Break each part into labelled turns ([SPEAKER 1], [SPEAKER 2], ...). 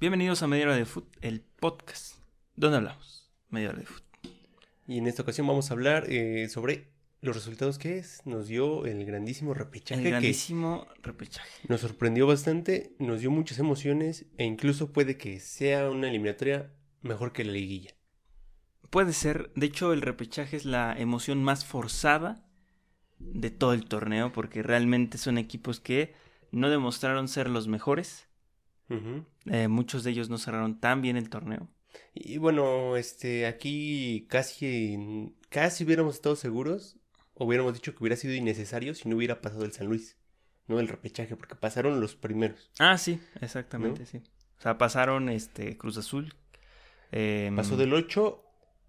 [SPEAKER 1] Bienvenidos a Media Hora de Foot, el podcast. ¿Dónde hablamos? Media Hora de Foot.
[SPEAKER 2] Y en esta ocasión vamos a hablar eh, sobre los resultados que es- nos dio el grandísimo repechaje
[SPEAKER 1] El grandísimo repechaje.
[SPEAKER 2] que nos sorprendió bastante, nos dio muchas emociones e incluso puede que sea una eliminatoria mejor que la liguilla.
[SPEAKER 1] Puede ser, de hecho, el repechaje es la emoción más forzada de todo el torneo, porque realmente son equipos que no demostraron ser los mejores.
[SPEAKER 2] Ujú.
[SPEAKER 1] Eh, muchos de ellos no cerraron tan bien el torneo.
[SPEAKER 2] Y bueno, este aquí casi casi hubiéramos estado seguros, o hubiéramos dicho que hubiera sido innecesario si no hubiera pasado el San Luis, no el repechaje, porque pasaron los primeros.
[SPEAKER 1] Ah, sí, exactamente, sí. O sea, pasaron este Cruz Azul. eh,
[SPEAKER 2] Pasó del 8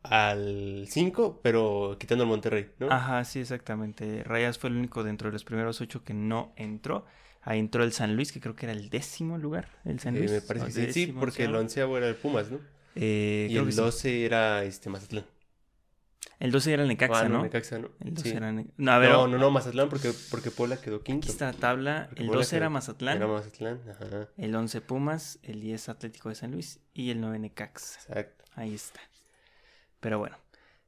[SPEAKER 2] al 5, pero quitando al Monterrey, ¿no?
[SPEAKER 1] Ajá, sí, exactamente. Rayas fue el único dentro de los primeros ocho que no entró. Ahí entró el San Luis, que creo que era el décimo lugar. El San
[SPEAKER 2] Eh,
[SPEAKER 1] Luis.
[SPEAKER 2] me parece
[SPEAKER 1] o
[SPEAKER 2] que sí, sí,
[SPEAKER 1] décimo,
[SPEAKER 2] porque el
[SPEAKER 1] onceavo.
[SPEAKER 2] 11 era el Pumas, ¿no?
[SPEAKER 1] Eh,
[SPEAKER 2] Y
[SPEAKER 1] creo
[SPEAKER 2] el
[SPEAKER 1] que sí.
[SPEAKER 2] 12 era este Mazatlán.
[SPEAKER 1] El 12 era el Necaxa,
[SPEAKER 2] Ah,
[SPEAKER 1] ¿no?
[SPEAKER 2] Necaxa, ¿no?
[SPEAKER 1] El 12
[SPEAKER 2] Sí.
[SPEAKER 1] era Ne- No, a ver,
[SPEAKER 2] no, no, no, Mazatlán porque, porque Puebla quedó quinto.
[SPEAKER 1] aquí está la tabla.
[SPEAKER 2] Porque
[SPEAKER 1] El
[SPEAKER 2] Puebla
[SPEAKER 1] 12 era
[SPEAKER 2] quedó-
[SPEAKER 1] Mazatlán,
[SPEAKER 2] Era Mazatlán, ajá.
[SPEAKER 1] el 11 Pumas, el 10 Atlético de San Luis y el 9 Necaxa.
[SPEAKER 2] Exacto.
[SPEAKER 1] Ahí está. Pero bueno,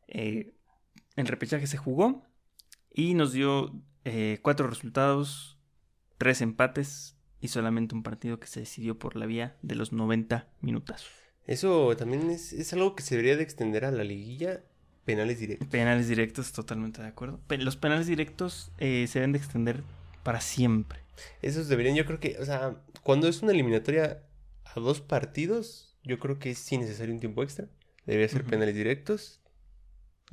[SPEAKER 1] eh, el repechaje se jugó y nos dio eh, cuatro resultados, tres empates y solamente un partido que se decidió por la vía de los 90 minutos.
[SPEAKER 2] Eso también es, es algo que se debería de extender a la liguilla penales directos.
[SPEAKER 1] Penales directos, totalmente de acuerdo. Pe- Los penales directos eh, se deben de extender para siempre.
[SPEAKER 2] Esos deberían, yo creo que, o sea, cuando es una eliminatoria a dos partidos, yo creo que es innecesario un tiempo extra. Debería ser
[SPEAKER 1] Ujú.
[SPEAKER 2] penales directos.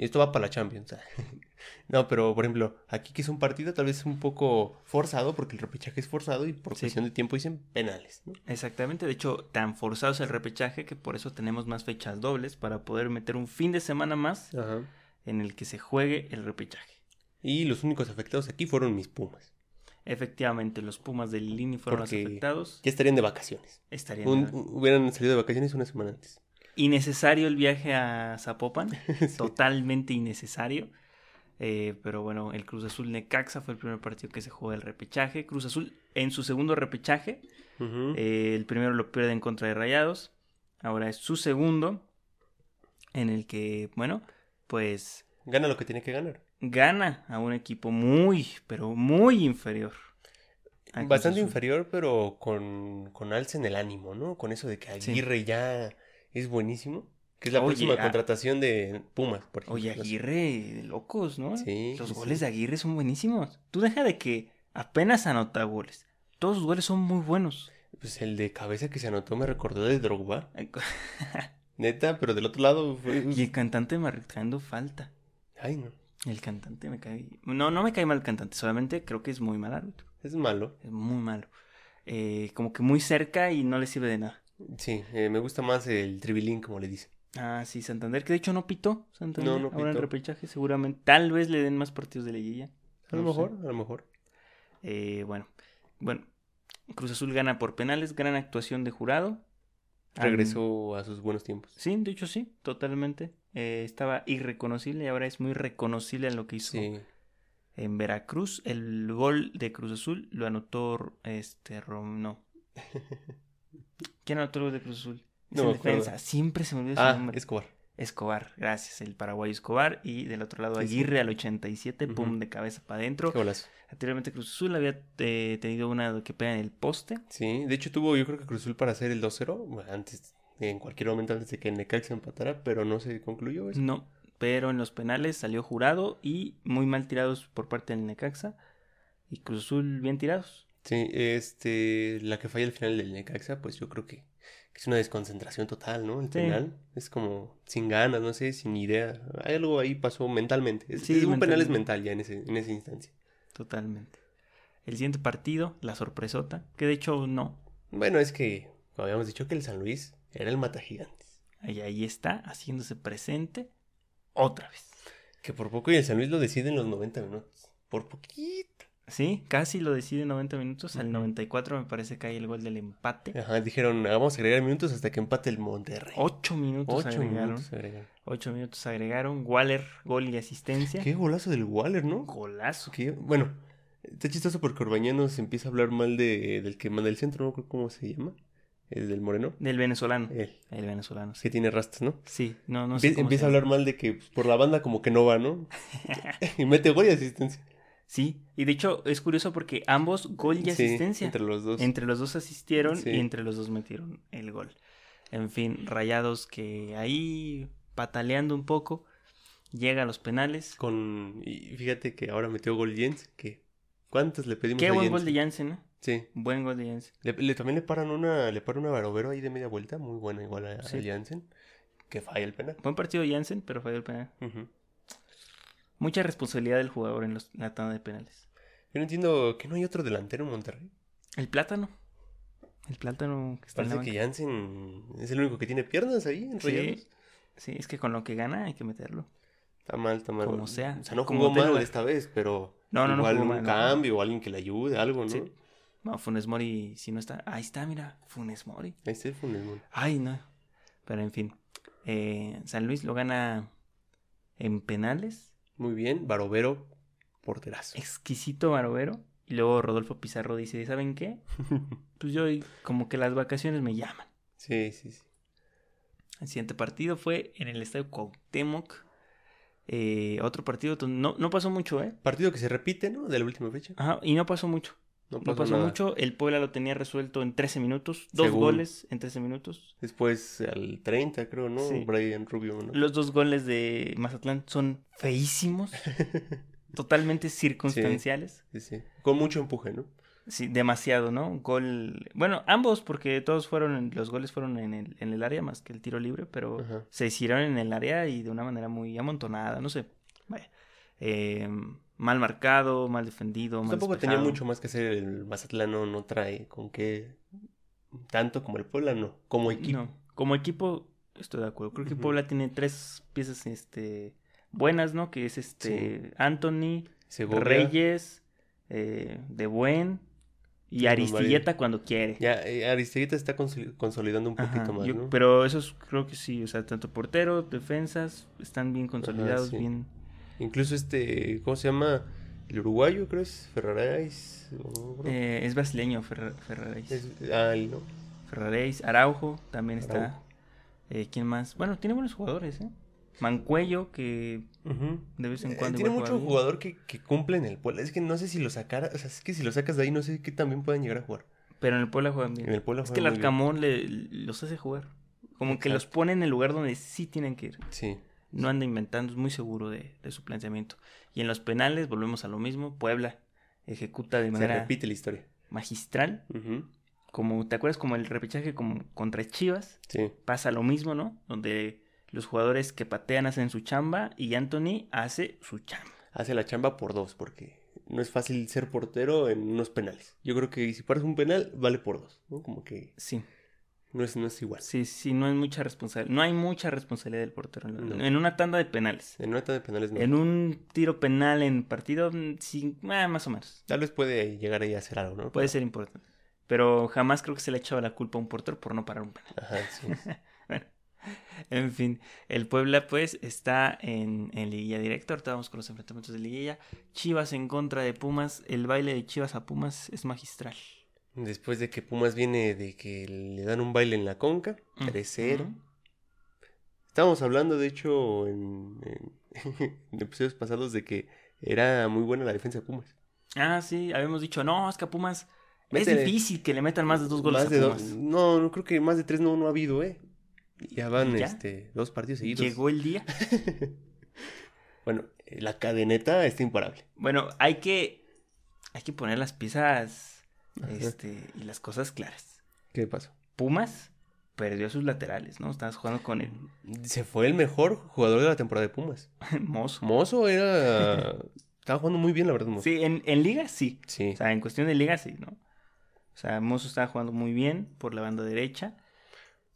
[SPEAKER 2] Y esto va para la Champions. no, pero por ejemplo, aquí que es un partido tal vez un poco forzado, porque el repechaje es forzado y por
[SPEAKER 1] Sí.
[SPEAKER 2] cuestión de tiempo dicen penales. ¿no?
[SPEAKER 1] Exactamente, de hecho, tan forzado es el repechaje que por eso tenemos más fechas dobles para poder meter un fin de semana más en el que se juegue el repechaje.
[SPEAKER 2] Y los únicos afectados aquí fueron mis Pumas.
[SPEAKER 1] Efectivamente, los Pumas del Lini fueron los
[SPEAKER 2] Porque-
[SPEAKER 1] afectados.
[SPEAKER 2] Ya estarían de vacaciones.
[SPEAKER 1] Estarían
[SPEAKER 2] Un-
[SPEAKER 1] de-
[SPEAKER 2] hubieran salido de vacaciones una semana antes.
[SPEAKER 1] innecesario el viaje a Zapopan,
[SPEAKER 2] Sí.
[SPEAKER 1] totalmente innecesario. Eh, pero bueno, el Cruz Azul Necaxa fue el primer partido que se jugó el repechaje. Cruz Azul en su segundo repechaje,
[SPEAKER 2] Ujú.
[SPEAKER 1] eh, el primero lo pierde en contra de Rayados. Ahora es su segundo, en el que, bueno, pues
[SPEAKER 2] Gana lo que tiene que ganar.
[SPEAKER 1] gana a un equipo muy, pero muy inferior. a Cruz
[SPEAKER 2] Bastante
[SPEAKER 1] Azul.
[SPEAKER 2] inferior, pero con, con alza en el ánimo, ¿no? Con eso de que
[SPEAKER 1] Sí.
[SPEAKER 2] Aguirre ya es buenísimo. Que es la
[SPEAKER 1] Oye,
[SPEAKER 2] próxima
[SPEAKER 1] a-
[SPEAKER 2] contratación de Pumas, por ejemplo.
[SPEAKER 1] Oye,
[SPEAKER 2] No sé.
[SPEAKER 1] Aguirre, de locos, ¿no?
[SPEAKER 2] Sí,
[SPEAKER 1] Los
[SPEAKER 2] sí,
[SPEAKER 1] goles
[SPEAKER 2] sí.
[SPEAKER 1] de Aguirre son buenísimos. Tú deja de que apenas anota goles. Todos sus goles son muy buenos.
[SPEAKER 2] Pues el de cabeza que se anotó me recordó de Drogba. Neta, pero del otro lado fue...
[SPEAKER 1] Y el cantante marcando falta.
[SPEAKER 2] Ay, no.
[SPEAKER 1] El cantante me cae. No, no me cae mal el cantante, solamente creo que es muy mal árbitro.
[SPEAKER 2] Es malo.
[SPEAKER 1] Es muy malo. Eh, como que muy cerca y no le sirve de nada.
[SPEAKER 2] Sí, eh, me gusta más el tribilín, como le dicen.
[SPEAKER 1] Ah, sí, Santander, que de hecho no pitó. Santander,
[SPEAKER 2] No, no
[SPEAKER 1] ahora en
[SPEAKER 2] pitó.
[SPEAKER 1] repechaje, seguramente. Tal vez le den más partidos de liguilla.
[SPEAKER 2] A
[SPEAKER 1] No
[SPEAKER 2] lo
[SPEAKER 1] sé.
[SPEAKER 2] mejor, a lo mejor.
[SPEAKER 1] Eh, bueno, bueno, Cruz Azul gana por penales, gran actuación de jurado. Am,
[SPEAKER 2] Regresó a sus buenos tiempos.
[SPEAKER 1] sí, de hecho sí, totalmente. Eh, estaba irreconocible y ahora es muy reconocible en lo que hizo
[SPEAKER 2] Sí.
[SPEAKER 1] en Veracruz. El gol de Cruz Azul lo anotó este Rom, no. ¿Quién anotó el gol de Cruz Azul? Es
[SPEAKER 2] No
[SPEAKER 1] el
[SPEAKER 2] me acuerdo.
[SPEAKER 1] defensa, siempre se me olvida su
[SPEAKER 2] Ah,
[SPEAKER 1] nombre.
[SPEAKER 2] Escobar.
[SPEAKER 1] Escobar, gracias, el paraguayo Escobar y del otro lado
[SPEAKER 2] Sí, sí.
[SPEAKER 1] Aguirre al 87,
[SPEAKER 2] Ujú.
[SPEAKER 1] pum, de cabeza para adentro.
[SPEAKER 2] Qué golazo.
[SPEAKER 1] Anteriormente Cruz Azul había eh, tenido una que pega en el poste.
[SPEAKER 2] Sí, de hecho tuvo yo creo que Cruz Azul para hacer el 2-0, bueno, antes, en cualquier momento antes de que Necaxa empatara, pero no se concluyó eso.
[SPEAKER 1] No, pero en los penales salió jurado y muy mal tirados por parte del Necaxa. Y Cruz Azul bien tirados.
[SPEAKER 2] Sí, este, la que falla al final del Necaxa, pues yo creo que, que es una desconcentración total, ¿no? El
[SPEAKER 1] Sí.
[SPEAKER 2] penal es como sin ganas, no sé, sin idea, algo ahí pasó mentalmente. Es,
[SPEAKER 1] Sí,
[SPEAKER 2] es un penal es
[SPEAKER 1] mentalmente.
[SPEAKER 2] mental ya en, ese, en esa instancia.
[SPEAKER 1] Totalmente. El siguiente partido, la sorpresota, que de hecho no.
[SPEAKER 2] Bueno, es que habíamos dicho que el San Luis era el matagigantes,
[SPEAKER 1] Ahí, ahí está, haciéndose presente otra vez.
[SPEAKER 2] que por poco y el San Luis lo decide en los 90 minutos, por poquito.
[SPEAKER 1] Sí, casi lo decide en 90 minutos. Al
[SPEAKER 2] Ujú.
[SPEAKER 1] 94 me parece que hay el gol del empate.
[SPEAKER 2] Ajá, dijeron, vamos a agregar minutos hasta que empate el Monterrey.
[SPEAKER 1] 8 minutos
[SPEAKER 2] Ocho
[SPEAKER 1] agregaron.
[SPEAKER 2] minutos agregaron.
[SPEAKER 1] 8 minutos agregaron. Waller, gol y asistencia.
[SPEAKER 2] Qué golazo del Waller, ¿no?
[SPEAKER 1] Golazo.
[SPEAKER 2] Qué- Bueno, está chistoso porque Orbañanos empieza a hablar mal de, del que manda el centro, no me acuerdo cómo se llama. el del moreno.
[SPEAKER 1] Del venezolano.
[SPEAKER 2] Él.
[SPEAKER 1] El venezolano, sí.
[SPEAKER 2] Que tiene rastas, ¿no?
[SPEAKER 1] Sí, no, no sé.
[SPEAKER 2] Eh. Empie-
[SPEAKER 1] cómo
[SPEAKER 2] empieza
[SPEAKER 1] se
[SPEAKER 2] a hablar
[SPEAKER 1] llama.
[SPEAKER 2] mal de que pues, por la banda como que no va, ¿no? y mete gol y asistencia.
[SPEAKER 1] Sí, y de hecho es curioso porque ambos gol y
[SPEAKER 2] Sí,
[SPEAKER 1] asistencia.
[SPEAKER 2] entre los dos.
[SPEAKER 1] Entre los dos asistieron
[SPEAKER 2] Sí.
[SPEAKER 1] y entre los dos metieron el gol. En fin, Rayados que ahí pataleando un poco, llega a los penales.
[SPEAKER 2] Con... Y fíjate que ahora metió gol Jens, que... ¿Cuántos le pedimos
[SPEAKER 1] Qué
[SPEAKER 2] a
[SPEAKER 1] buen
[SPEAKER 2] Jens?
[SPEAKER 1] gol de Jansen, ¿eh?
[SPEAKER 2] Sí.
[SPEAKER 1] Buen gol de Jansen.
[SPEAKER 2] Le, le- también le paran una, le paran una barovero ahí de media vuelta, muy buena igual a, a
[SPEAKER 1] Sí.
[SPEAKER 2] Jansen, que falla el penal.
[SPEAKER 1] Buen partido de Jansen, pero falló el penal.
[SPEAKER 2] Ujú.
[SPEAKER 1] Mucha responsabilidad del jugador en, los- en la tanda de penales.
[SPEAKER 2] Yo no entiendo que no hay otro delantero en Monterrey.
[SPEAKER 1] Pues El plátano. El plátano que está en la
[SPEAKER 2] Parece
[SPEAKER 1] banca.
[SPEAKER 2] que Jansen es el único que tiene piernas ahí en
[SPEAKER 1] Sí.
[SPEAKER 2] Rayados.
[SPEAKER 1] Sí, es que con lo que gana hay que meterlo.
[SPEAKER 2] Está mal, está mal.
[SPEAKER 1] Como sea.
[SPEAKER 2] O sea, no
[SPEAKER 1] Como
[SPEAKER 2] jugó mal
[SPEAKER 1] Otello.
[SPEAKER 2] esta vez, pero
[SPEAKER 1] No, no, no
[SPEAKER 2] igual
[SPEAKER 1] jugó
[SPEAKER 2] un
[SPEAKER 1] mal, no.
[SPEAKER 2] cambio o alguien que le ayude, algo, ¿no?
[SPEAKER 1] Sí. No, Funes Mori, si no está. Ahí está, mira. Funes Mori.
[SPEAKER 2] Ahí está el Funes Mori.
[SPEAKER 1] Ay, no. Pero en fin. Eh, San Luis lo gana en penales.
[SPEAKER 2] Muy bien, Barovero, porterazo.
[SPEAKER 1] Exquisito Barovero. Y luego Rodolfo Pizarro dice: ¿Saben qué? Pues yo, como que las vacaciones me llaman.
[SPEAKER 2] sí, sí, sí.
[SPEAKER 1] El siguiente partido fue en el estadio Cuauhtémoc. Eh, otro partido, donde no, no pasó mucho, ¿eh?
[SPEAKER 2] Partido que se repite, ¿no? De la última fecha.
[SPEAKER 1] Ajá, y no pasó mucho.
[SPEAKER 2] No
[SPEAKER 1] No
[SPEAKER 2] pasó,
[SPEAKER 1] pasó
[SPEAKER 2] nada.
[SPEAKER 1] mucho. El Puebla lo tenía resuelto en 13 minutos. Dos
[SPEAKER 2] Según.
[SPEAKER 1] goles en 13 minutos.
[SPEAKER 2] Después al 30, creo, ¿no?
[SPEAKER 1] Sí.
[SPEAKER 2] Brian Rubio, ¿no?
[SPEAKER 1] Los dos goles de Mazatlán son feísimos. totalmente circunstanciales.
[SPEAKER 2] Sí, sí. Con mucho empuje, ¿no?
[SPEAKER 1] Sí, demasiado, ¿no? Un Gol. Bueno, ambos, porque todos fueron. en- Los goles fueron en el, en el área más que el tiro libre, pero
[SPEAKER 2] Ajá.
[SPEAKER 1] se hicieron en el área y de una manera muy amontonada, no sé. Vaya. Eh, mal marcado, mal defendido, mal.
[SPEAKER 2] Pues Tampoco tenía
[SPEAKER 1] despejado.
[SPEAKER 2] mucho más que hacer. El Mazatlán no, no trae con qué. Tanto como el Puebla, no. Como equipo.
[SPEAKER 1] No, como equipo, estoy de acuerdo. Creo que
[SPEAKER 2] Ujú.
[SPEAKER 1] Puebla tiene tres piezas este, buenas, ¿no? Que es este Anthony,
[SPEAKER 2] Segovia.
[SPEAKER 1] Reyes, eh, De Buen y
[SPEAKER 2] Bueno,
[SPEAKER 1] Aristilleta cuando quiere.
[SPEAKER 2] Ya, eh, Aristeguieta está consoli- consolidando un
[SPEAKER 1] Ajá,
[SPEAKER 2] poquito más,
[SPEAKER 1] yo-
[SPEAKER 2] ¿no?
[SPEAKER 1] Pero esos creo que sí, o sea, tanto porteros, defensas, están bien consolidados,
[SPEAKER 2] sí.
[SPEAKER 1] bien.
[SPEAKER 2] Incluso este, ¿cómo se llama? El uruguayo, creo es Ferrarais. o-
[SPEAKER 1] Eh, es brasileño Ferra- Ferraréis.
[SPEAKER 2] es- ah, él, ¿no?
[SPEAKER 1] Ferraréis, Araujo también está.
[SPEAKER 2] Araujo.
[SPEAKER 1] Eh, ¿Quién más? Bueno, tiene buenos jugadores, ¿eh? Mancuello, que
[SPEAKER 2] Ujú.
[SPEAKER 1] de vez Pues en
[SPEAKER 2] Eh,
[SPEAKER 1] cuando.
[SPEAKER 2] tiene
[SPEAKER 1] igual
[SPEAKER 2] mucho
[SPEAKER 1] juega bien.
[SPEAKER 2] jugador que, que cumple en el Puebla. Es que no sé si lo sacara, o sea, es que si lo sacas de ahí no sé qué también puedan llegar a jugar.
[SPEAKER 1] Pero en el Puebla juegan bien.
[SPEAKER 2] En el Puebla
[SPEAKER 1] es
[SPEAKER 2] juegan
[SPEAKER 1] que el
[SPEAKER 2] muy bien.
[SPEAKER 1] Arcamón le, los hace jugar. Como que los
[SPEAKER 2] Exacto.
[SPEAKER 1] pone en el lugar donde sí tienen que ir.
[SPEAKER 2] Sí.
[SPEAKER 1] No anda inventando, es muy seguro de, de su planteamiento. Y en los penales volvemos a lo mismo. Puebla ejecuta de
[SPEAKER 2] Se
[SPEAKER 1] manera
[SPEAKER 2] repite la historia.
[SPEAKER 1] magistral.
[SPEAKER 2] Ujú.
[SPEAKER 1] Como, ¿te acuerdas? Como el repechaje como contra Chivas.
[SPEAKER 2] Sí.
[SPEAKER 1] Pasa lo mismo, ¿no? Donde los jugadores que patean hacen su chamba y Anthony hace su chamba.
[SPEAKER 2] hace la chamba por dos, porque no es fácil ser portero en unos penales. Yo creo que si paras un penal, vale por dos, ¿no? Como que
[SPEAKER 1] Sí,
[SPEAKER 2] no es, no es igual.
[SPEAKER 1] sí, sí, no hay mucha responsabilidad. No hay mucha responsabilidad del portero. en la-
[SPEAKER 2] No.
[SPEAKER 1] En una tanda de penales.
[SPEAKER 2] En una tanda de penales no.
[SPEAKER 1] En un tiro penal en partido, mm, sí, ah, más o menos.
[SPEAKER 2] Tal vez puede llegar ahí a hacer algo, ¿no?
[SPEAKER 1] Puede
[SPEAKER 2] Pero-
[SPEAKER 1] ser importante. Pero jamás creo que se le echaba la culpa a un portero por no parar un penal.
[SPEAKER 2] Ajá, sí.
[SPEAKER 1] Bueno, en fin, el Puebla pues está en, en liguilla directa. Ahorita vamos con los enfrentamientos de liguilla. Chivas en contra de Pumas. El baile de Chivas a Pumas es magistral.
[SPEAKER 2] Después de que Pumas viene de que le dan un baile en la conca, 3-0.
[SPEAKER 1] Mm, Ujú.
[SPEAKER 2] Estábamos hablando, de hecho, en, en- en episodios pasados de que era muy buena la defensa de Pumas.
[SPEAKER 1] Ah, sí, habíamos dicho, no, es que a Pumas
[SPEAKER 2] Métele.
[SPEAKER 1] es difícil que le metan más de dos goles
[SPEAKER 2] Más
[SPEAKER 1] a
[SPEAKER 2] de dos-
[SPEAKER 1] Pumas.
[SPEAKER 2] No, no creo que más de tres no, no ha habido, ¿eh? Ya van
[SPEAKER 1] ¿Ya?
[SPEAKER 2] Este, dos partidos seguidos.
[SPEAKER 1] Llegó el día.
[SPEAKER 2] Bueno, eh, la cadeneta está imparable.
[SPEAKER 1] Bueno, hay que, hay que poner las piezas
[SPEAKER 2] Ajá.
[SPEAKER 1] este, y las cosas claras.
[SPEAKER 2] ¿Qué pasó?
[SPEAKER 1] Pumas perdió sus laterales, ¿no? Estabas jugando con el
[SPEAKER 2] Se fue el mejor jugador de la temporada de Pumas.
[SPEAKER 1] Mozo.
[SPEAKER 2] Mozo era. Estaba jugando muy bien, la verdad, Mozo.
[SPEAKER 1] Sí, en, en liga sí.
[SPEAKER 2] Sí.
[SPEAKER 1] O sea, en cuestión de liga sí, ¿no? O sea, Mozo estaba jugando muy bien por la banda derecha.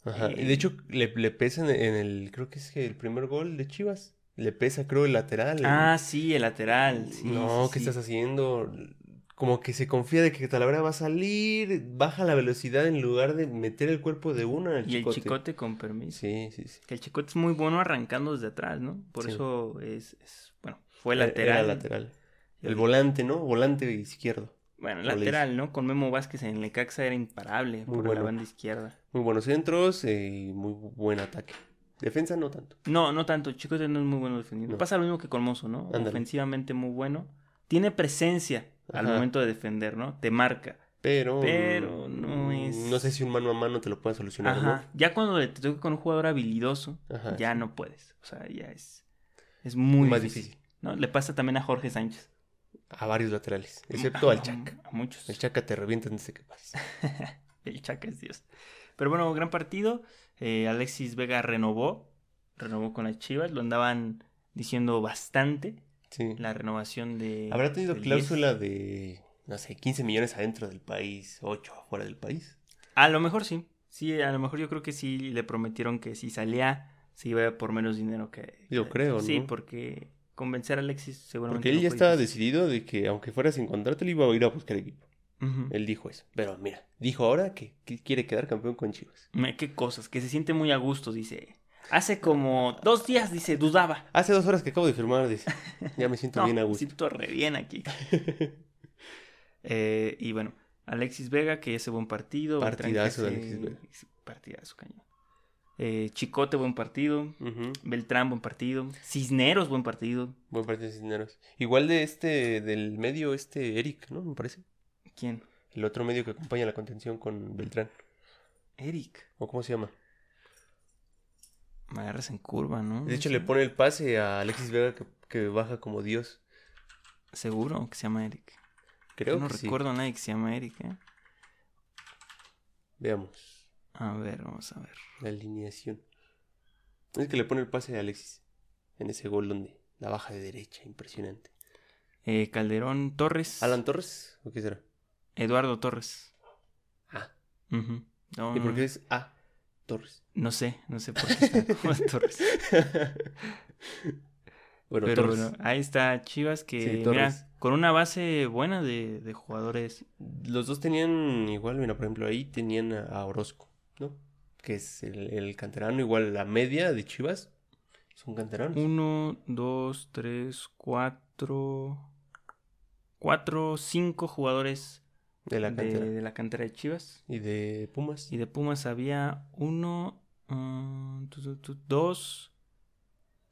[SPEAKER 2] Ajá. Y de hecho, le, le pesa en, en el. Creo que es que el primer gol de Chivas. Le pesa, creo, el lateral. el-
[SPEAKER 1] Ah, sí, el lateral. sí,
[SPEAKER 2] no,
[SPEAKER 1] sí,
[SPEAKER 2] ¿qué
[SPEAKER 1] sí.
[SPEAKER 2] estás haciendo? Como que se confía de que Talavera va a salir. Baja la velocidad en lugar de meter el cuerpo de una al
[SPEAKER 1] Y el
[SPEAKER 2] chicote.
[SPEAKER 1] chicote con permiso.
[SPEAKER 2] Sí, sí, sí.
[SPEAKER 1] Que el chicote es muy bueno arrancando desde atrás, ¿no? Por
[SPEAKER 2] Sí.
[SPEAKER 1] eso es, es- bueno, fue
[SPEAKER 2] Era-
[SPEAKER 1] lateral.
[SPEAKER 2] Era lateral. El volante, ¿no? Volante izquierdo.
[SPEAKER 1] Bueno,
[SPEAKER 2] Goles.
[SPEAKER 1] lateral, ¿no? Con Memo Vázquez en Necaxa era imparable por
[SPEAKER 2] bueno.
[SPEAKER 1] la banda izquierda.
[SPEAKER 2] Muy buenos centros eh, y muy buen ataque. Defensa no tanto.
[SPEAKER 1] No, no tanto. Chicote no es muy bueno defendiendo.
[SPEAKER 2] No.
[SPEAKER 1] Pasa lo mismo que con Mozo, ¿no?
[SPEAKER 2] Ándale.
[SPEAKER 1] Ofensivamente muy bueno. Tiene presencia al
[SPEAKER 2] Ajá.
[SPEAKER 1] momento de defender, ¿no? Te marca.
[SPEAKER 2] Pero.
[SPEAKER 1] Pero no
[SPEAKER 2] mm,
[SPEAKER 1] es-
[SPEAKER 2] No sé si un mano a mano te lo pueda solucionar.
[SPEAKER 1] Ajá. Ya cuando te toca con un jugador habilidoso,
[SPEAKER 2] ¿no? Ajá.
[SPEAKER 1] ya no puedes. O sea, ya es, es muy
[SPEAKER 2] Ah, Más
[SPEAKER 1] difícil.
[SPEAKER 2] difícil.
[SPEAKER 1] ¿no? Le pasa también a Jorge Sánchez.
[SPEAKER 2] A varios laterales.
[SPEAKER 1] Mm,
[SPEAKER 2] Excepto
[SPEAKER 1] ah,
[SPEAKER 2] al Chaca.
[SPEAKER 1] A muchos.
[SPEAKER 2] El Chaca te revienta antes de que pases.
[SPEAKER 1] El Chaca es Dios. Pero bueno, gran partido. Eh, Alexis Vega renovó. Renovó con las Chivas. Lo andaban diciendo bastante.
[SPEAKER 2] Sí.
[SPEAKER 1] La renovación de.
[SPEAKER 2] ¿Habrá tenido
[SPEAKER 1] del
[SPEAKER 2] cláusula de, no sé, 15 millones adentro del país, 8 afuera del país?
[SPEAKER 1] 10. A lo mejor sí. Sí, a lo mejor yo creo que sí le prometieron que si salía se iba por menos dinero que.
[SPEAKER 2] Yo
[SPEAKER 1] que-
[SPEAKER 2] creo,
[SPEAKER 1] Sí,
[SPEAKER 2] ¿no?
[SPEAKER 1] porque convencer a Alexis seguramente.
[SPEAKER 2] Porque él
[SPEAKER 1] no
[SPEAKER 2] ya
[SPEAKER 1] fue
[SPEAKER 2] estaba
[SPEAKER 1] difícil.
[SPEAKER 2] decidido de que aunque fuera sin contrato, le iba a ir a buscar equipo.
[SPEAKER 1] Ujú.
[SPEAKER 2] Él dijo eso. Pero mira, dijo ahora que, que quiere quedar campeón con Chivas.
[SPEAKER 1] Me- Qué cosas, que se siente muy a gusto, dice. Hace como dos días, dice, dudaba.
[SPEAKER 2] Hace dos horas que acabo de firmar, dice. Ya me siento
[SPEAKER 1] No,
[SPEAKER 2] bien a
[SPEAKER 1] me
[SPEAKER 2] gusto.
[SPEAKER 1] siento re bien aquí. Eh, y bueno, Alexis Vega, que ese buen partido. Beltrán, que
[SPEAKER 2] Partidazo de
[SPEAKER 1] hace-
[SPEAKER 2] Alexis Vega.
[SPEAKER 1] Partidazo, cañón. Eh, Chicote, buen partido.
[SPEAKER 2] Ujú.
[SPEAKER 1] Beltrán, buen partido. Cisneros, buen partido.
[SPEAKER 2] Buen partido de Cisneros. Igual de este, del medio, este Eric, ¿no? Me parece.
[SPEAKER 1] ¿Quién?
[SPEAKER 2] El otro medio que acompaña la contención con Beltrán.
[SPEAKER 1] Eric.
[SPEAKER 2] ¿O cómo se llama?
[SPEAKER 1] Me agarras en curva, ¿no?
[SPEAKER 2] De hecho,
[SPEAKER 1] No sé.
[SPEAKER 2] le pone el pase a Alexis Vega que, que baja como Dios.
[SPEAKER 1] Seguro que se llama Eric.
[SPEAKER 2] Creo
[SPEAKER 1] Yo no
[SPEAKER 2] que sí.
[SPEAKER 1] recuerdo a nadie que se llama Eric, ¿eh?
[SPEAKER 2] Veamos.
[SPEAKER 1] A ver, vamos a ver.
[SPEAKER 2] La alineación. Es que le pone el pase a Alexis. En ese gol donde la baja de derecha, impresionante.
[SPEAKER 1] Eh, Calderón Torres.
[SPEAKER 2] ¿Alan Torres? ¿O qué será?
[SPEAKER 1] Eduardo Torres.
[SPEAKER 2] Ah.
[SPEAKER 1] Ujú. No,
[SPEAKER 2] ¿Y por
[SPEAKER 1] no,
[SPEAKER 2] qué es A? Torres.
[SPEAKER 1] no sé, no sé por qué está como Torres.
[SPEAKER 2] bueno,
[SPEAKER 1] Pero
[SPEAKER 2] Torres.
[SPEAKER 1] bueno, ahí está Chivas que,
[SPEAKER 2] Sí,
[SPEAKER 1] mira,
[SPEAKER 2] Torres.
[SPEAKER 1] con una base buena de, de jugadores.
[SPEAKER 2] Los dos tenían igual, mira, por ejemplo, ahí tenían a a Orozco, ¿no? Que es el, el canterano, igual la media de Chivas. Son canteranos.
[SPEAKER 1] Uno, dos, tres, cuatro. Cuatro, cinco jugadores
[SPEAKER 2] de la
[SPEAKER 1] de,
[SPEAKER 2] cantera.
[SPEAKER 1] de la cantera de Chivas.
[SPEAKER 2] Y de Pumas.
[SPEAKER 1] Y de Pumas había uno, mm, tu, tu, tu, dos,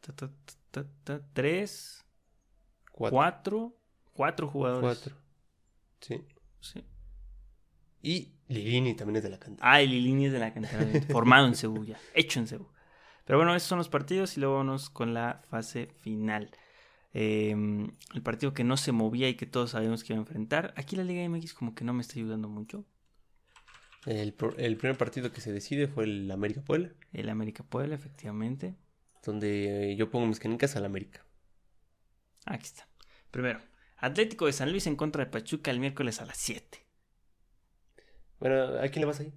[SPEAKER 1] ta, ta, ta, ta, ta, tres,
[SPEAKER 2] Cuatro.
[SPEAKER 1] cuatro, cuatro jugadores.
[SPEAKER 2] Cuatro. Sí.
[SPEAKER 1] Sí.
[SPEAKER 2] Y Lilini también es de la cantera.
[SPEAKER 1] Ah, el Lilini es de la cantera. de- Formado en Seúl ya. Hecho en Seúl. Pero bueno, esos son los partidos y luego vamos con la fase final. Eh, el partido que no se movía y que todos sabíamos que iba a enfrentar. Aquí la Liga MX como que no me está ayudando mucho.
[SPEAKER 2] El, pro- el primer partido que se decide fue el América Puebla,
[SPEAKER 1] El América Puebla, efectivamente.
[SPEAKER 2] donde eh, yo pongo mis canicas al América.
[SPEAKER 1] Aquí está. Primero, Atlético de San Luis en contra de Pachuca el miércoles a las 7.
[SPEAKER 2] Bueno, ¿a quién le vas ahí?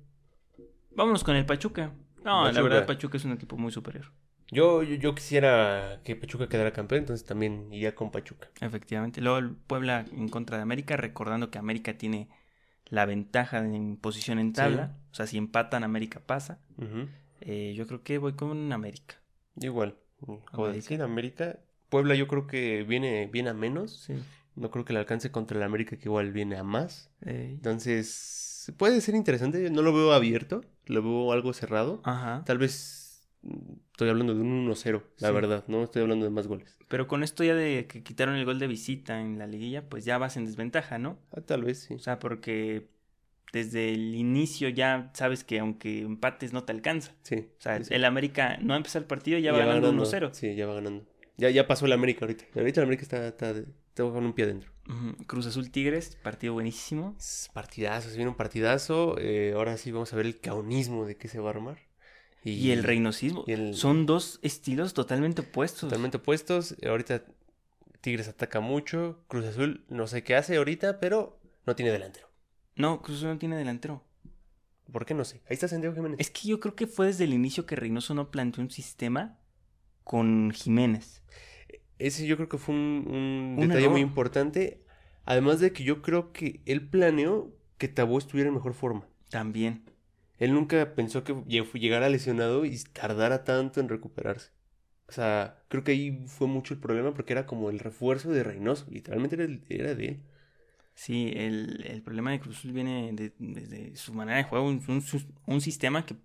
[SPEAKER 1] Vámonos con el Pachuca. No, la
[SPEAKER 2] Pachuca.
[SPEAKER 1] verdad Pachuca es un equipo muy superior.
[SPEAKER 2] Yo, yo, yo quisiera que Pachuca quedara campeón, entonces también iría con Pachuca.
[SPEAKER 1] Efectivamente. Luego el Puebla en contra de América, recordando que América tiene la ventaja de- en posición en tabla.
[SPEAKER 2] Sí.
[SPEAKER 1] O sea, si empatan, América pasa.
[SPEAKER 2] Ujú.
[SPEAKER 1] Eh, yo creo que voy con América.
[SPEAKER 2] Igual, como
[SPEAKER 1] América.
[SPEAKER 2] decir, América. Puebla yo creo que viene, viene a menos.
[SPEAKER 1] Sí.
[SPEAKER 2] No creo que le alcance contra el América, que igual viene a más.
[SPEAKER 1] Eh,
[SPEAKER 2] Entonces, puede ser interesante. No lo veo abierto, lo veo algo cerrado.
[SPEAKER 1] ajá.
[SPEAKER 2] Tal vez mm, estoy hablando de un 1-0, la
[SPEAKER 1] Sí.
[SPEAKER 2] verdad. No estoy hablando de más goles.
[SPEAKER 1] Pero con esto ya de que quitaron el gol de visita en la liguilla, pues ya vas en desventaja, ¿no?
[SPEAKER 2] Ah, tal vez sí.
[SPEAKER 1] O sea, porque desde el inicio ya sabes que aunque empates no te alcanza.
[SPEAKER 2] Sí.
[SPEAKER 1] O sea,
[SPEAKER 2] sí, sí.
[SPEAKER 1] el América no empezó el partido y ya va ganando 1-0.
[SPEAKER 2] Sí, ya va ganando. Ya, ya pasó el América ahorita. Ahorita el América está, está, está con un pie adentro.
[SPEAKER 1] Ujú. Cruz Azul Tigres, partido buenísimo.
[SPEAKER 2] Es Partidazo, se viene un partidazo. eh, ahora sí vamos a ver el caunismo de qué se va a armar.
[SPEAKER 1] Y el reinosismo.
[SPEAKER 2] y el-
[SPEAKER 1] Son dos estilos totalmente opuestos.
[SPEAKER 2] Totalmente opuestos. eh, Ahorita Tigres ataca mucho. Cruz Azul no sé qué hace ahorita, pero no tiene delantero.
[SPEAKER 1] No, Cruz Azul no tiene delantero.
[SPEAKER 2] ¿Por qué no sé? Ahí está Santiago Jiménez.
[SPEAKER 1] Es que yo creo que fue desde el inicio que Reynoso no planteó un sistema con Jiménez.
[SPEAKER 2] Ese yo creo que fue un, un
[SPEAKER 1] Un
[SPEAKER 2] detalle
[SPEAKER 1] error.
[SPEAKER 2] muy importante. Además de que yo creo que él planeó que Tabó estuviera en mejor forma.
[SPEAKER 1] También.
[SPEAKER 2] Él nunca pensó que lle- llegara lesionado y tardara tanto en recuperarse. O sea, creo que ahí fue mucho el problema porque era como el refuerzo de Reynoso. Literalmente era, el- era de él.
[SPEAKER 1] Sí, el, el problema de Cruz Azul viene de- desde su manera de juego, un, un sus- un sistema que,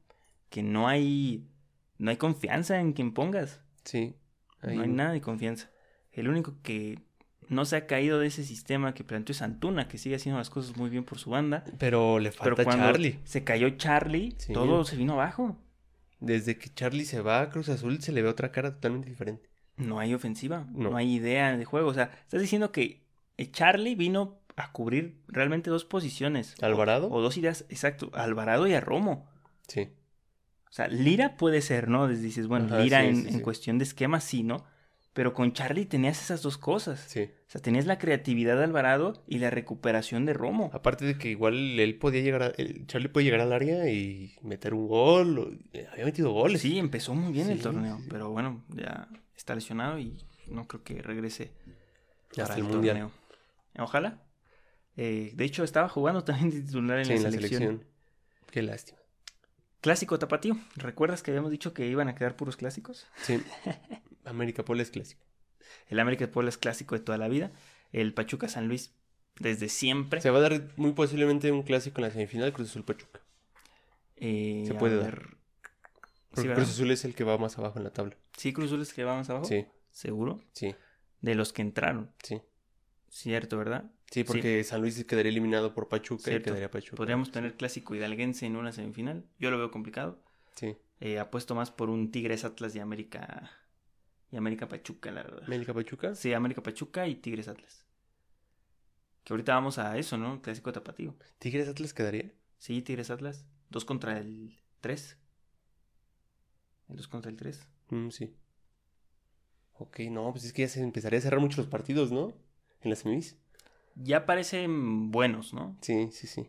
[SPEAKER 1] que no hay no hay confianza en quien pongas.
[SPEAKER 2] Sí. Ahí-
[SPEAKER 1] No hay nada de confianza. El único que no se ha caído de ese sistema que planteó es Antuna, que sigue haciendo las cosas muy bien por su banda.
[SPEAKER 2] Pero le
[SPEAKER 1] Pero
[SPEAKER 2] falta
[SPEAKER 1] cuando
[SPEAKER 2] Charlie.
[SPEAKER 1] se cayó Charlie,
[SPEAKER 2] Sí.
[SPEAKER 1] todo se vino abajo.
[SPEAKER 2] Desde que Charlie se va a Cruz Azul se le ve otra cara totalmente diferente.
[SPEAKER 1] No hay ofensiva, no.
[SPEAKER 2] No.
[SPEAKER 1] hay idea de juego. O sea, estás diciendo que eh, Charlie vino a cubrir realmente dos posiciones.
[SPEAKER 2] ¿Alvarado?
[SPEAKER 1] O dos ideas, exacto, a Alvarado y a Romo.
[SPEAKER 2] Sí.
[SPEAKER 1] O sea, Lira puede ser, ¿no? Des- Dices, bueno,
[SPEAKER 2] Ajá,
[SPEAKER 1] Lira
[SPEAKER 2] sí,
[SPEAKER 1] en,
[SPEAKER 2] sí,
[SPEAKER 1] en
[SPEAKER 2] sí.
[SPEAKER 1] cuestión de esquema sí, ¿no? Pero con Charlie tenías esas dos cosas.
[SPEAKER 2] Sí.
[SPEAKER 1] O sea, tenías la creatividad de Alvarado y la recuperación de Romo.
[SPEAKER 2] Aparte de que igual él podía llegar, a- el Charlie podía llegar al área y meter un gol. o- había metido goles.
[SPEAKER 1] Sí, empezó muy bien el
[SPEAKER 2] pues, Sí,
[SPEAKER 1] torneo,
[SPEAKER 2] sí, sí.
[SPEAKER 1] pero bueno, ya está lesionado y no creo que regrese
[SPEAKER 2] Hasta
[SPEAKER 1] para
[SPEAKER 2] el
[SPEAKER 1] el
[SPEAKER 2] Mundial.
[SPEAKER 1] torneo. Ojalá. Eh, de hecho, estaba jugando también de titular en
[SPEAKER 2] Sí,
[SPEAKER 1] la, selección.
[SPEAKER 2] Qué lástima.
[SPEAKER 1] Clásico tapatío. ¿Recuerdas que habíamos dicho que iban a quedar puros clásicos?
[SPEAKER 2] Sí. América Puebla es clásico.
[SPEAKER 1] El América de Puebla es clásico de toda la vida. El Pachuca San Luis desde siempre.
[SPEAKER 2] Se va a dar muy posiblemente un clásico en la semifinal Cruz Azul Pachuca.
[SPEAKER 1] Eh,
[SPEAKER 2] se
[SPEAKER 1] a
[SPEAKER 2] puede
[SPEAKER 1] ver. Sí,
[SPEAKER 2] Porque
[SPEAKER 1] ¿verdad? Oh.
[SPEAKER 2] Cruz Azul es el que va más abajo en la tabla.
[SPEAKER 1] Sí, Cruz Azul es que vamos abajo.
[SPEAKER 2] Sí,
[SPEAKER 1] Seguro.
[SPEAKER 2] sí,
[SPEAKER 1] De los que entraron.
[SPEAKER 2] sí.
[SPEAKER 1] Cierto, ¿verdad?
[SPEAKER 2] Sí, porque San Luis quedaría eliminado por Pachuca
[SPEAKER 1] Cierto.
[SPEAKER 2] y quedaría Pachuca.
[SPEAKER 1] Podríamos tener clásico hidalguense en una semifinal. Yo lo veo complicado.
[SPEAKER 2] Sí.
[SPEAKER 1] Eh, apuesto más por un Tigres Atlas y América. Y América Pachuca, la verdad.
[SPEAKER 2] América Pachuca.
[SPEAKER 1] Sí, América Pachuca y Tigres Atlas. Que ahorita vamos a eso, ¿no? Clásico tapatío.
[SPEAKER 2] Tigres Atlas quedaría.
[SPEAKER 1] Sí, Tigres Atlas. Dos contra el 3. El 2 contra el 3.
[SPEAKER 2] Mm, sí. Ok, no, pues es que ya se empezaría a cerrar mucho los partidos, ¿no? En las semis.
[SPEAKER 1] Ya parecen buenos, ¿no?
[SPEAKER 2] Sí, sí, sí.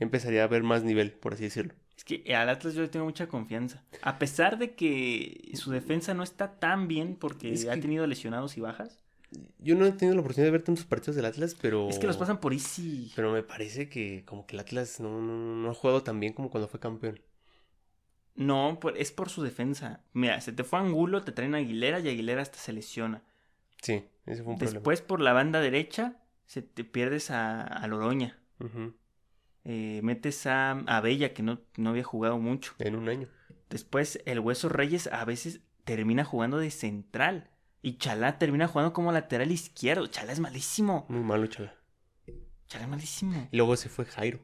[SPEAKER 2] Ya empezaría a haber más nivel, por así decirlo.
[SPEAKER 1] Es que al Atlas yo le tengo mucha confianza. A pesar de que su defensa no está tan bien porque
[SPEAKER 2] Es
[SPEAKER 1] ha
[SPEAKER 2] que-
[SPEAKER 1] tenido lesionados y bajas.
[SPEAKER 2] Yo no he tenido la oportunidad de ver tantos partidos del Atlas, pero.
[SPEAKER 1] Es que los pasan por easy.
[SPEAKER 2] Oh. Pero me parece que como que el Atlas no, no, no ha jugado tan bien como cuando fue campeón.
[SPEAKER 1] No, por- es por su defensa. Mira, se te fue Angulo, te traen a Aguilera y Aguilera hasta se lesiona.
[SPEAKER 2] Sí, ese fue un problema.
[SPEAKER 1] Después por la banda derecha se te pierdes a, a Loroña.
[SPEAKER 2] Ujú,
[SPEAKER 1] Eh, metes a, a Bella que no, no había jugado mucho.
[SPEAKER 2] En un año.
[SPEAKER 1] Después el Hueso Reyes a veces termina jugando de central. Y Chalá termina jugando como lateral izquierdo. Chalá es malísimo.
[SPEAKER 2] Muy malo, chala.
[SPEAKER 1] Chalá es malísimo.
[SPEAKER 2] Y luego se fue Jairo.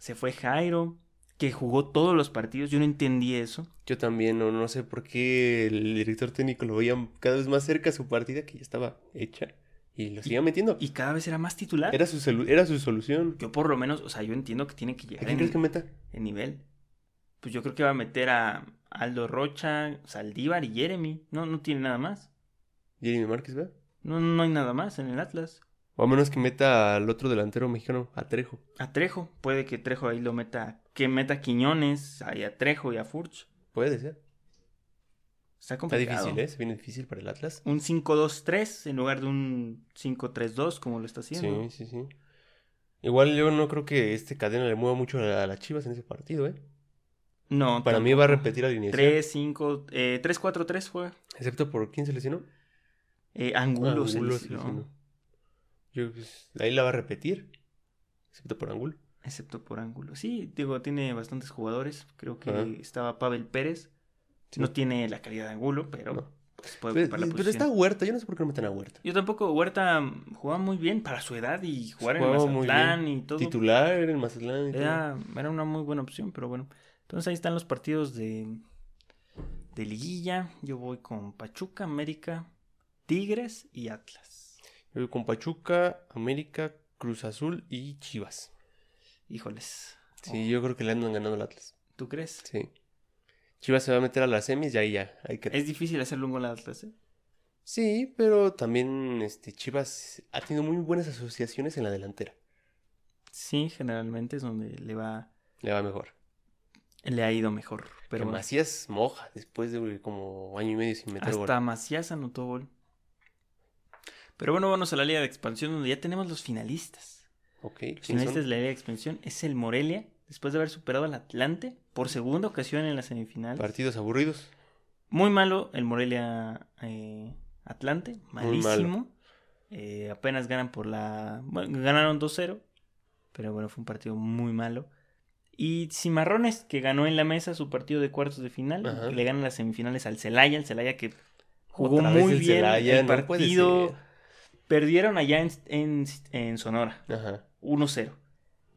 [SPEAKER 1] Se fue Jairo, que jugó todos los partidos. Yo no entendí eso.
[SPEAKER 2] Yo también, no, no sé por qué el director técnico lo veía cada vez más cerca a su partida que ya estaba hecha y lo seguía metiendo.
[SPEAKER 1] Y cada vez era más titular.
[SPEAKER 2] Era su, solu- era su solución.
[SPEAKER 1] Yo por lo menos, o sea, yo entiendo que tiene que
[SPEAKER 2] ¿A
[SPEAKER 1] llegar
[SPEAKER 2] quién
[SPEAKER 1] en,
[SPEAKER 2] crees que meta?
[SPEAKER 1] en nivel. Pues yo creo que va a meter a Aldo Rocha, Saldívar y Jeremy. No, no tiene nada más.
[SPEAKER 2] Jeremy Márquez, ¿verdad?
[SPEAKER 1] No, no hay nada más en el Atlas.
[SPEAKER 2] O a menos que meta al otro delantero mexicano, a Trejo.
[SPEAKER 1] A Trejo, puede que Trejo ahí lo meta, que meta a Quiñones, ahí a Trejo y a Furch.
[SPEAKER 2] Puede ser.
[SPEAKER 1] Está
[SPEAKER 2] Está
[SPEAKER 1] complicado.
[SPEAKER 2] difícil, ¿eh? Se viene difícil para el Atlas.
[SPEAKER 1] Un 5-2-3 en lugar de un 5-3-2 como lo está haciendo.
[SPEAKER 2] Sí, sí, sí. Igual yo no creo que este cadena le mueva mucho a las Chivas en ese partido, ¿eh?
[SPEAKER 1] No,
[SPEAKER 2] Para mí va a repetir ¿eh? la alineación.
[SPEAKER 1] 3-5, eh, 3-4-3 fue.
[SPEAKER 2] Excepto por quién se lesionó.
[SPEAKER 1] Eh, Angulo, se
[SPEAKER 2] Angulo
[SPEAKER 1] lesionó,
[SPEAKER 2] Yo, pues, ahí la va a repetir. Excepto por Angulo.
[SPEAKER 1] excepto por Angulo. Sí, digo, tiene bastantes jugadores. Creo que
[SPEAKER 2] Ajá.
[SPEAKER 1] estaba Pavel Pérez.
[SPEAKER 2] Sí.
[SPEAKER 1] No tiene la calidad de Angulo, pero
[SPEAKER 2] No.
[SPEAKER 1] pues, puede
[SPEAKER 2] Pero,
[SPEAKER 1] ocupar la
[SPEAKER 2] pero
[SPEAKER 1] posición.
[SPEAKER 2] está Huerta, yo no sé por qué no meten a Huerta.
[SPEAKER 1] Yo tampoco, Huerta mm, jugaba muy bien para su edad y jugar en
[SPEAKER 2] Jugaba muy
[SPEAKER 1] Mazatlán y todo.
[SPEAKER 2] Titular en Mazatlán. y todo.
[SPEAKER 1] Era, era una muy buena opción, pero bueno. Entonces ahí están los partidos de, de Liguilla. Yo voy con Pachuca, América, Tigres y Atlas.
[SPEAKER 2] Yo voy con Pachuca, América, Cruz Azul y Chivas.
[SPEAKER 1] Híjoles.
[SPEAKER 2] Sí, yo creo que le andan ganando al Atlas.
[SPEAKER 1] ¿Tú crees?
[SPEAKER 2] Sí. Chivas se va a meter a las semis y ahí ya. Hay que...
[SPEAKER 1] Es difícil hacerle un gol al Atlas, ¿eh?
[SPEAKER 2] Sí, pero también este, Chivas ha tenido muy buenas asociaciones en la delantera.
[SPEAKER 1] Sí, generalmente es donde le va
[SPEAKER 2] Le va mejor.
[SPEAKER 1] le ha ido mejor. Pero
[SPEAKER 2] Pero
[SPEAKER 1] bueno,
[SPEAKER 2] Macías moja después de como año y medio sin meter gol.
[SPEAKER 1] hasta Macías anotó gol. Pero bueno, vamos a la Liga de Expansión donde ya tenemos los finalistas.
[SPEAKER 2] Ok,
[SPEAKER 1] Los
[SPEAKER 2] ¿quiénes son?
[SPEAKER 1] finalistas de la Liga de Expansión es el Morelia, después de haber superado al Atlante por segunda ocasión en la semifinal.
[SPEAKER 2] Partidos aburridos.
[SPEAKER 1] Muy malo el Morelia eh, Atlante,
[SPEAKER 2] Muy malo.
[SPEAKER 1] malísimo. Eh, apenas ganan por la... Bueno, ganaron 2-0, pero bueno, fue un partido muy malo. Y Cimarrones, que ganó en la mesa su partido de cuartos de final,
[SPEAKER 2] Ajá.
[SPEAKER 1] le ganan las semifinales al Celaya, el Celaya que jugó
[SPEAKER 2] Otra vez
[SPEAKER 1] muy
[SPEAKER 2] el
[SPEAKER 1] bien
[SPEAKER 2] Celaya,
[SPEAKER 1] el
[SPEAKER 2] no puede
[SPEAKER 1] partido.
[SPEAKER 2] ser.
[SPEAKER 1] Perdieron allá en, en- en Sonora,
[SPEAKER 2] Ajá,
[SPEAKER 1] 1-0.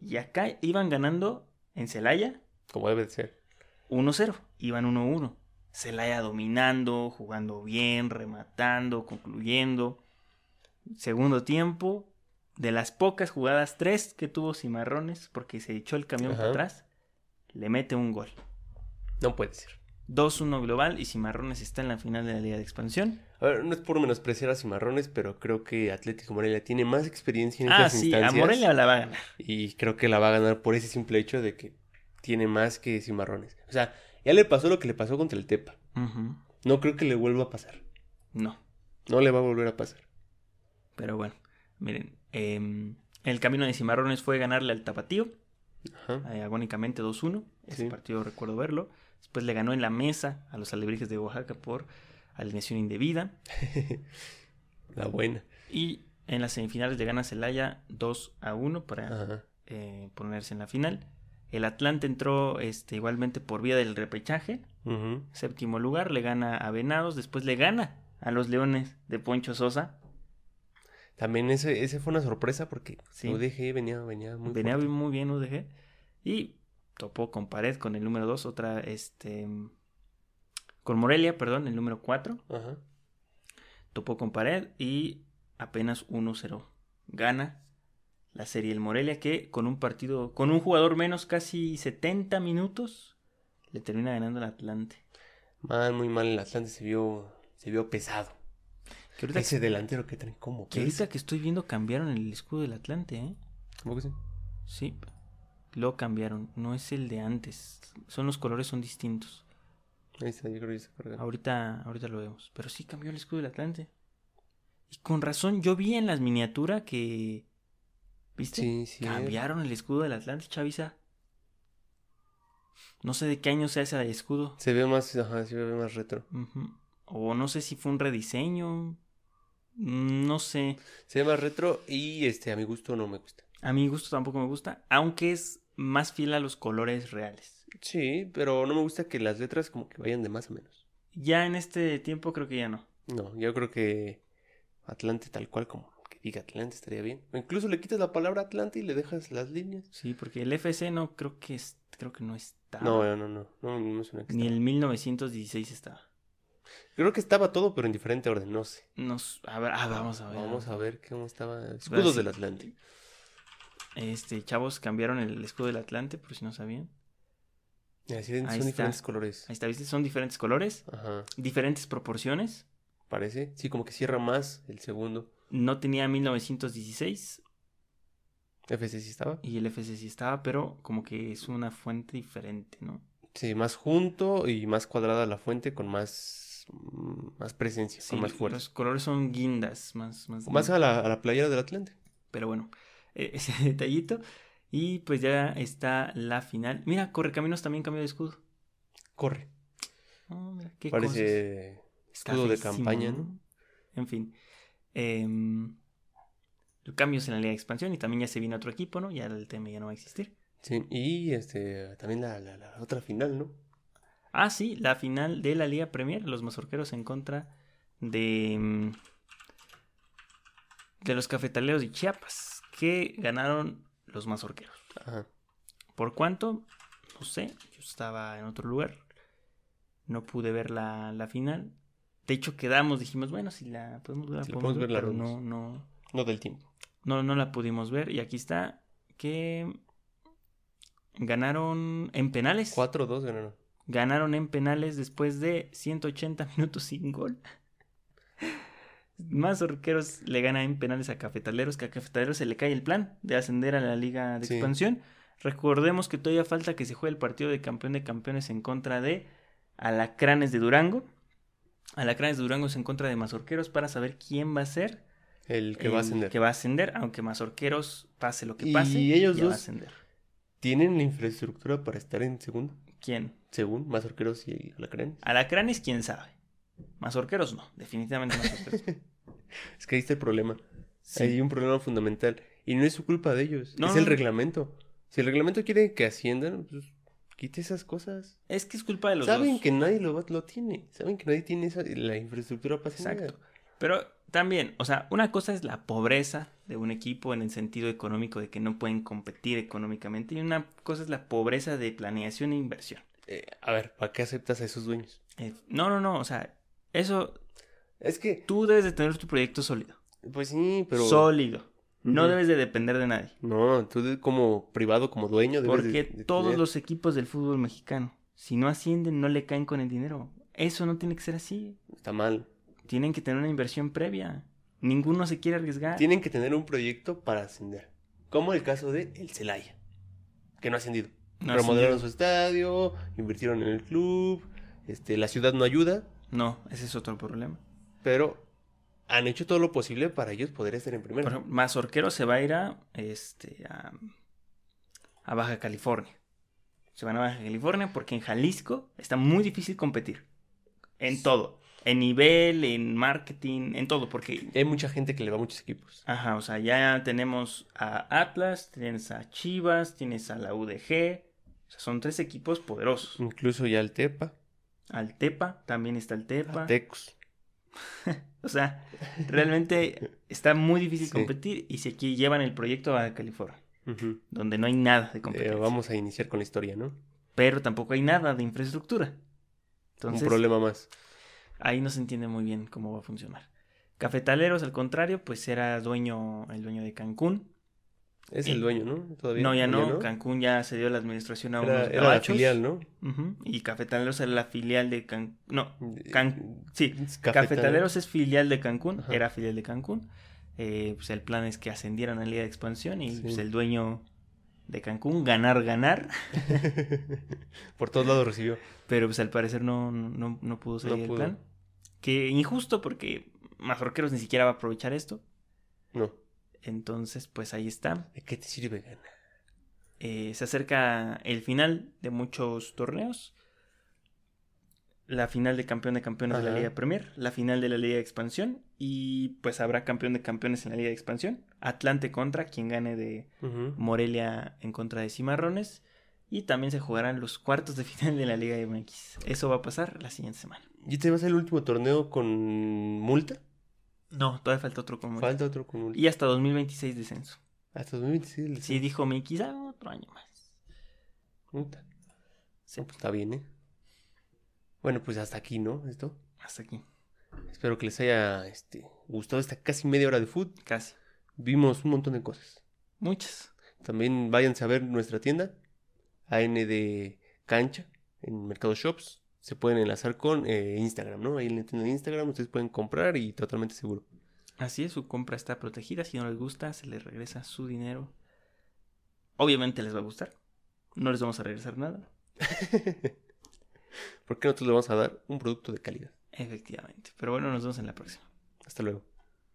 [SPEAKER 1] Y acá iban ganando en Celaya,
[SPEAKER 2] como debe de ser.
[SPEAKER 1] 1-0, iban 1-1. Celaya dominando, jugando bien, rematando, concluyendo. Segundo tiempo, de las pocas jugadas, tres que tuvo Cimarrones, porque se echó el camión
[SPEAKER 2] Ajá.
[SPEAKER 1] para atrás, le mete un gol.
[SPEAKER 2] No puede ser.
[SPEAKER 1] 2-1 global y Cimarrones está en la final de la Liga de Expansión.
[SPEAKER 2] A ver, no es por menospreciar a Cimarrones, pero creo que Atlético Morelia tiene más experiencia en
[SPEAKER 1] Ah,
[SPEAKER 2] estas
[SPEAKER 1] sí, a
[SPEAKER 2] instancias.
[SPEAKER 1] Morelia la va a ganar.
[SPEAKER 2] Y creo que la va a ganar por ese simple hecho de que tiene más que Cimarrones. O sea, ya le pasó lo que le pasó contra el Tepa.
[SPEAKER 1] Ujú.
[SPEAKER 2] No creo que le vuelva a pasar.
[SPEAKER 1] No,
[SPEAKER 2] No le va a volver a pasar.
[SPEAKER 1] pero bueno, miren, em, el camino de Cimarrones fue ganarle al Tapatío,
[SPEAKER 2] Ajá.
[SPEAKER 1] eh, agónicamente 2-1. Ese
[SPEAKER 2] Sí.
[SPEAKER 1] partido recuerdo verlo. Después le ganó en la mesa a los alebrijes de Oaxaca por alineación indebida.
[SPEAKER 2] La buena.
[SPEAKER 1] Y en las semifinales le gana a Celaya 2 a 1 para
[SPEAKER 2] Ajá.
[SPEAKER 1] eh, ponerse en la final. El Atlante entró este, igualmente por vía del repechaje.
[SPEAKER 2] Ujú.
[SPEAKER 1] Séptimo lugar, le gana a Venados. Después le gana a los Leones de Poncho Sosa.
[SPEAKER 2] También ese, ese fue una sorpresa porque
[SPEAKER 1] Sí.
[SPEAKER 2] UDG venía, venía muy
[SPEAKER 1] Venía
[SPEAKER 2] fuerte.
[SPEAKER 1] muy bien UDG. Y topó con pared con el número 2, otra, este. Con Morelia, perdón, el número 4.
[SPEAKER 2] Ajá.
[SPEAKER 1] topó con pared y apenas 1-0. Gana la serie el Morelia que con un partido, con un jugador menos casi 70 minutos, le termina ganando el Atlante.
[SPEAKER 2] Mal, muy mal. El Atlante se vio, se vio pesado.
[SPEAKER 1] Que ahorita,
[SPEAKER 2] Ese delantero que traen como
[SPEAKER 1] que
[SPEAKER 2] pesa.
[SPEAKER 1] ahorita que estoy viendo cambiaron el escudo del Atlante, ¿eh?
[SPEAKER 2] ¿Cómo que sí?
[SPEAKER 1] Sí, lo cambiaron, no es el de antes. Son los colores son distintos.
[SPEAKER 2] Ahí está, yo creo que ya está cargando.
[SPEAKER 1] Ahorita ahorita lo vemos, pero sí cambió el escudo del Atlante. Y con razón, yo vi en las miniaturas que ¿Viste?
[SPEAKER 2] Sí, sí. es.
[SPEAKER 1] Cambiaron el escudo del Atlante, Chavisa. No sé de qué año sea ese escudo.
[SPEAKER 2] Se ve más, ajá, se ve más retro.
[SPEAKER 1] Ujú. O no sé si fue un rediseño. Mm, No sé.
[SPEAKER 2] Se ve más retro y este a mi gusto no me gusta.
[SPEAKER 1] A mi gusto tampoco me gusta. Aunque es más fiel a los colores reales.
[SPEAKER 2] Sí, pero no me gusta que las letras como que vayan de más a menos.
[SPEAKER 1] Ya en este tiempo creo que ya no.
[SPEAKER 2] No, yo creo que Atlante tal cual como que diga Atlante estaría bien. O incluso le quitas la palabra Atlante y le dejas las líneas.
[SPEAKER 1] Sí, porque el FC no creo que es, creo que no está.
[SPEAKER 2] No, no, no, no, no, no me suena que
[SPEAKER 1] Ah. Ni
[SPEAKER 2] estaba.
[SPEAKER 1] el 1916 estaba.
[SPEAKER 2] Creo que estaba todo, pero en diferente orden, no sé.
[SPEAKER 1] Nos, a ver, ah, vamos a ver. Pues
[SPEAKER 2] Vamos a ver cómo estaba. Escudos
[SPEAKER 1] sí.
[SPEAKER 2] del Atlante.
[SPEAKER 1] Este, chavos, cambiaron el escudo del Atlante, por si no sabían.
[SPEAKER 2] Así
[SPEAKER 1] Ahí
[SPEAKER 2] son
[SPEAKER 1] está.
[SPEAKER 2] diferentes colores.
[SPEAKER 1] Ahí está, ¿viste? Son diferentes colores.
[SPEAKER 2] Ajá,
[SPEAKER 1] diferentes proporciones.
[SPEAKER 2] parece. Sí, como que cierra más el segundo.
[SPEAKER 1] No tenía 1916
[SPEAKER 2] FC sí estaba.
[SPEAKER 1] y el FC sí estaba, pero como que es una fuente diferente, ¿no?
[SPEAKER 2] Sí, más junto y más cuadrada la fuente con más, mm, más presencia,
[SPEAKER 1] Sí,
[SPEAKER 2] con más fuerza.
[SPEAKER 1] los colores son guindas, más... más,
[SPEAKER 2] Más a la, a la playera del Atlante.
[SPEAKER 1] Pero bueno, eh, ese detallito. Y pues ya está la final. Mira, Correcaminos también cambió de escudo.
[SPEAKER 2] Corre.
[SPEAKER 1] Oh, mira, qué cosas.
[SPEAKER 2] Parece.
[SPEAKER 1] Está
[SPEAKER 2] escudo de
[SPEAKER 1] feísimo,
[SPEAKER 2] campaña,
[SPEAKER 1] En fin. Em, cambios en la liga de expansión y también ya se vino otro equipo, ¿no? Ya el tema ya no va a existir.
[SPEAKER 2] Sí, y este, también la, la- la otra final, ¿no?
[SPEAKER 1] Ah, sí, la final de la Liga Premier, los mazorqueros en contra de, mm, de los cafetaleros de Chiapas, que ganaron los mazorqueros.
[SPEAKER 2] Ajá.
[SPEAKER 1] ¿Por cuánto? No sé, yo estaba en otro lugar, no pude ver la, la final. De hecho, quedamos, dijimos, bueno, si la podemos ver, la
[SPEAKER 2] Si la
[SPEAKER 1] podemos
[SPEAKER 2] podemos
[SPEAKER 1] ver,
[SPEAKER 2] ver, la
[SPEAKER 1] pero no,
[SPEAKER 2] vemos.
[SPEAKER 1] no,
[SPEAKER 2] No del tiempo.
[SPEAKER 1] no, no la pudimos ver. Y aquí está que ganaron en penales.
[SPEAKER 2] 4-2 ganaron.
[SPEAKER 1] Ganaron en penales después de 180 minutos sin gol. Más orqueros le gana en penales a Cafetaleros, que a Cafetaleros se le cae el plan de ascender a la liga de
[SPEAKER 2] Sí.
[SPEAKER 1] expansión. Recordemos que todavía falta que se juegue el partido de campeón de campeones en contra de Alacranes de Durango. Alacranes de Durango es en contra de Mazorqueros para saber quién va a ser
[SPEAKER 2] El que
[SPEAKER 1] el
[SPEAKER 2] va a ascender.
[SPEAKER 1] que va a ascender, aunque Mazorqueros pase lo que
[SPEAKER 2] Y
[SPEAKER 1] pase,
[SPEAKER 2] ellos
[SPEAKER 1] ya va a
[SPEAKER 2] dos-
[SPEAKER 1] ascender.
[SPEAKER 2] ¿Tienen la infraestructura para estar en segundo?
[SPEAKER 1] ¿Quién?
[SPEAKER 2] Según, más arqueros y la creen.
[SPEAKER 1] Ah. Alacranes, quién sabe. Mazorqueros no, definitivamente mazorqueros.
[SPEAKER 2] Es que ahí está el problema.
[SPEAKER 1] Sí.
[SPEAKER 2] Hay un problema fundamental. Y no es su culpa de ellos.
[SPEAKER 1] No,
[SPEAKER 2] es
[SPEAKER 1] no,
[SPEAKER 2] el
[SPEAKER 1] no.
[SPEAKER 2] reglamento. Si el reglamento quiere que asciendan, pues quite esas cosas.
[SPEAKER 1] Es que es culpa de los
[SPEAKER 2] Saben
[SPEAKER 1] dos.
[SPEAKER 2] que nadie lo, va- lo tiene. Saben que nadie tiene esa, la infraestructura para hacer
[SPEAKER 1] Exacto.
[SPEAKER 2] nada.
[SPEAKER 1] Pero también, o sea, una cosa es la pobreza de un equipo en el sentido económico de que no pueden competir económicamente y una cosa es la pobreza de planeación e inversión.
[SPEAKER 2] Eh, a ver, ¿para qué aceptas a esos dueños?
[SPEAKER 1] Eh, no, no, no, o sea, eso,
[SPEAKER 2] Es que,
[SPEAKER 1] tú debes de tener tu proyecto sólido.
[SPEAKER 2] pues sí, pero.
[SPEAKER 1] Sólido. No
[SPEAKER 2] Ujú.
[SPEAKER 1] debes de depender de nadie.
[SPEAKER 2] No, tú de- como privado, como dueño, debes de-
[SPEAKER 1] Porque
[SPEAKER 2] de
[SPEAKER 1] todos
[SPEAKER 2] tener-
[SPEAKER 1] los equipos del fútbol mexicano, si no ascienden, no le caen con el dinero. Eso no tiene que ser así.
[SPEAKER 2] Está mal.
[SPEAKER 1] Tienen que tener una inversión previa. Ninguno se quiere arriesgar.
[SPEAKER 2] Tienen que tener un proyecto para ascender. Como el caso de El Celaya, que no ha ascendido.
[SPEAKER 1] No, señor.
[SPEAKER 2] Remodelaron su estadio, invirtieron en el club, este, la ciudad no ayuda,
[SPEAKER 1] No, ese es otro problema.
[SPEAKER 2] pero han hecho todo lo posible para ellos poder estar en
[SPEAKER 1] Por
[SPEAKER 2] primero.
[SPEAKER 1] ejemplo, Mazorquero se va a ir a, este, a, a Baja California. Se van a Baja California porque en Jalisco está muy difícil competir. En todo. En nivel, en marketing, en todo. Porque,
[SPEAKER 2] Y hay mucha gente que le va a muchos equipos.
[SPEAKER 1] ajá, o sea, ya tenemos a Atlas, tienes a Chivas, tienes a la UDG. O sea, son tres equipos poderosos.
[SPEAKER 2] Incluso ya el Tepa,
[SPEAKER 1] Al Tepa, también está el Tepa.
[SPEAKER 2] Tecos.
[SPEAKER 1] O sea, realmente está muy difícil
[SPEAKER 2] Sí.
[SPEAKER 1] competir. Y si aquí llevan el proyecto a Baja California, donde no hay nada de competencia.
[SPEAKER 2] Eh, vamos a iniciar con la historia, ¿no?
[SPEAKER 1] pero tampoco hay nada de infraestructura. Entonces,
[SPEAKER 2] un problema más.
[SPEAKER 1] ahí no se entiende muy bien cómo va a funcionar. Cafetaleros, al contrario, pues era dueño, el dueño de Cancún.
[SPEAKER 2] Es
[SPEAKER 1] eh,
[SPEAKER 2] el dueño, ¿no? Todavía.
[SPEAKER 1] No, ya no,
[SPEAKER 2] ¿Todavía
[SPEAKER 1] Cancún ya se dio la administración a
[SPEAKER 2] Era,
[SPEAKER 1] unos
[SPEAKER 2] era la
[SPEAKER 1] gabachos.
[SPEAKER 2] filial, ¿no?
[SPEAKER 1] Ujú, Y Cafetaleros era la filial de Cancún. No, Can- sí,
[SPEAKER 2] Es
[SPEAKER 1] Cafetaleros es filial de Cancún,
[SPEAKER 2] Ajá.
[SPEAKER 1] era filial de Cancún. Eh, pues el plan es que ascendieran a la Liga de Expansión y
[SPEAKER 2] Sí.
[SPEAKER 1] pues, el dueño de Cancún ganar, ganar.
[SPEAKER 2] Por todos lados recibió.
[SPEAKER 1] Pero pues al parecer no, no, no pudo salir
[SPEAKER 2] No
[SPEAKER 1] el
[SPEAKER 2] pudo.
[SPEAKER 1] plan. Que injusto porque Mazorqueros ni siquiera va a aprovechar esto.
[SPEAKER 2] No.
[SPEAKER 1] Entonces, pues ahí está.
[SPEAKER 2] ¿De qué te sirve ganar?
[SPEAKER 1] Eh, se acerca el final de muchos torneos. La final de campeón de campeones de la
[SPEAKER 2] Ajá.
[SPEAKER 1] Liga Premier, la final de la Liga de Expansión y pues habrá campeón de campeones en la Liga de Expansión. Atlante contra quien gane de Morelia en contra de Cimarrones y también se jugarán los cuartos de final de la Liga MX. Eso va a pasar la siguiente semana.
[SPEAKER 2] ¿Y este va a ser el último torneo con multa?
[SPEAKER 1] No, todavía falta otro como este.
[SPEAKER 2] Falta otro con multa. Ah,
[SPEAKER 1] Y hasta 2026 descenso.
[SPEAKER 2] Hasta 2026. el-
[SPEAKER 1] Sí, dijo mi quizá otro año más.
[SPEAKER 2] Multa.
[SPEAKER 1] Sí,
[SPEAKER 2] No, pues está bien, ¿eh? Bueno, pues hasta aquí, ¿no? Esto.
[SPEAKER 1] hasta aquí,
[SPEAKER 2] Espero que les haya este, gustado esta casi media hora de food.
[SPEAKER 1] casi.
[SPEAKER 2] Vimos un montón de cosas.
[SPEAKER 1] Muchas.
[SPEAKER 2] También váyanse a ver nuestra tienda, AND Cancha, en Mercado Shops. Se pueden enlazar con eh, Instagram, ¿no? Ahí en la tienda de Instagram ustedes pueden comprar y totalmente seguro.
[SPEAKER 1] Así es, su compra está protegida. Si no les gusta, se les regresa su dinero. Obviamente les va a gustar. No les vamos a regresar nada.
[SPEAKER 2] Porque nosotros le vamos a dar un producto de calidad.
[SPEAKER 1] Efectivamente. Pero bueno, nos vemos en la próxima.
[SPEAKER 2] Hasta luego.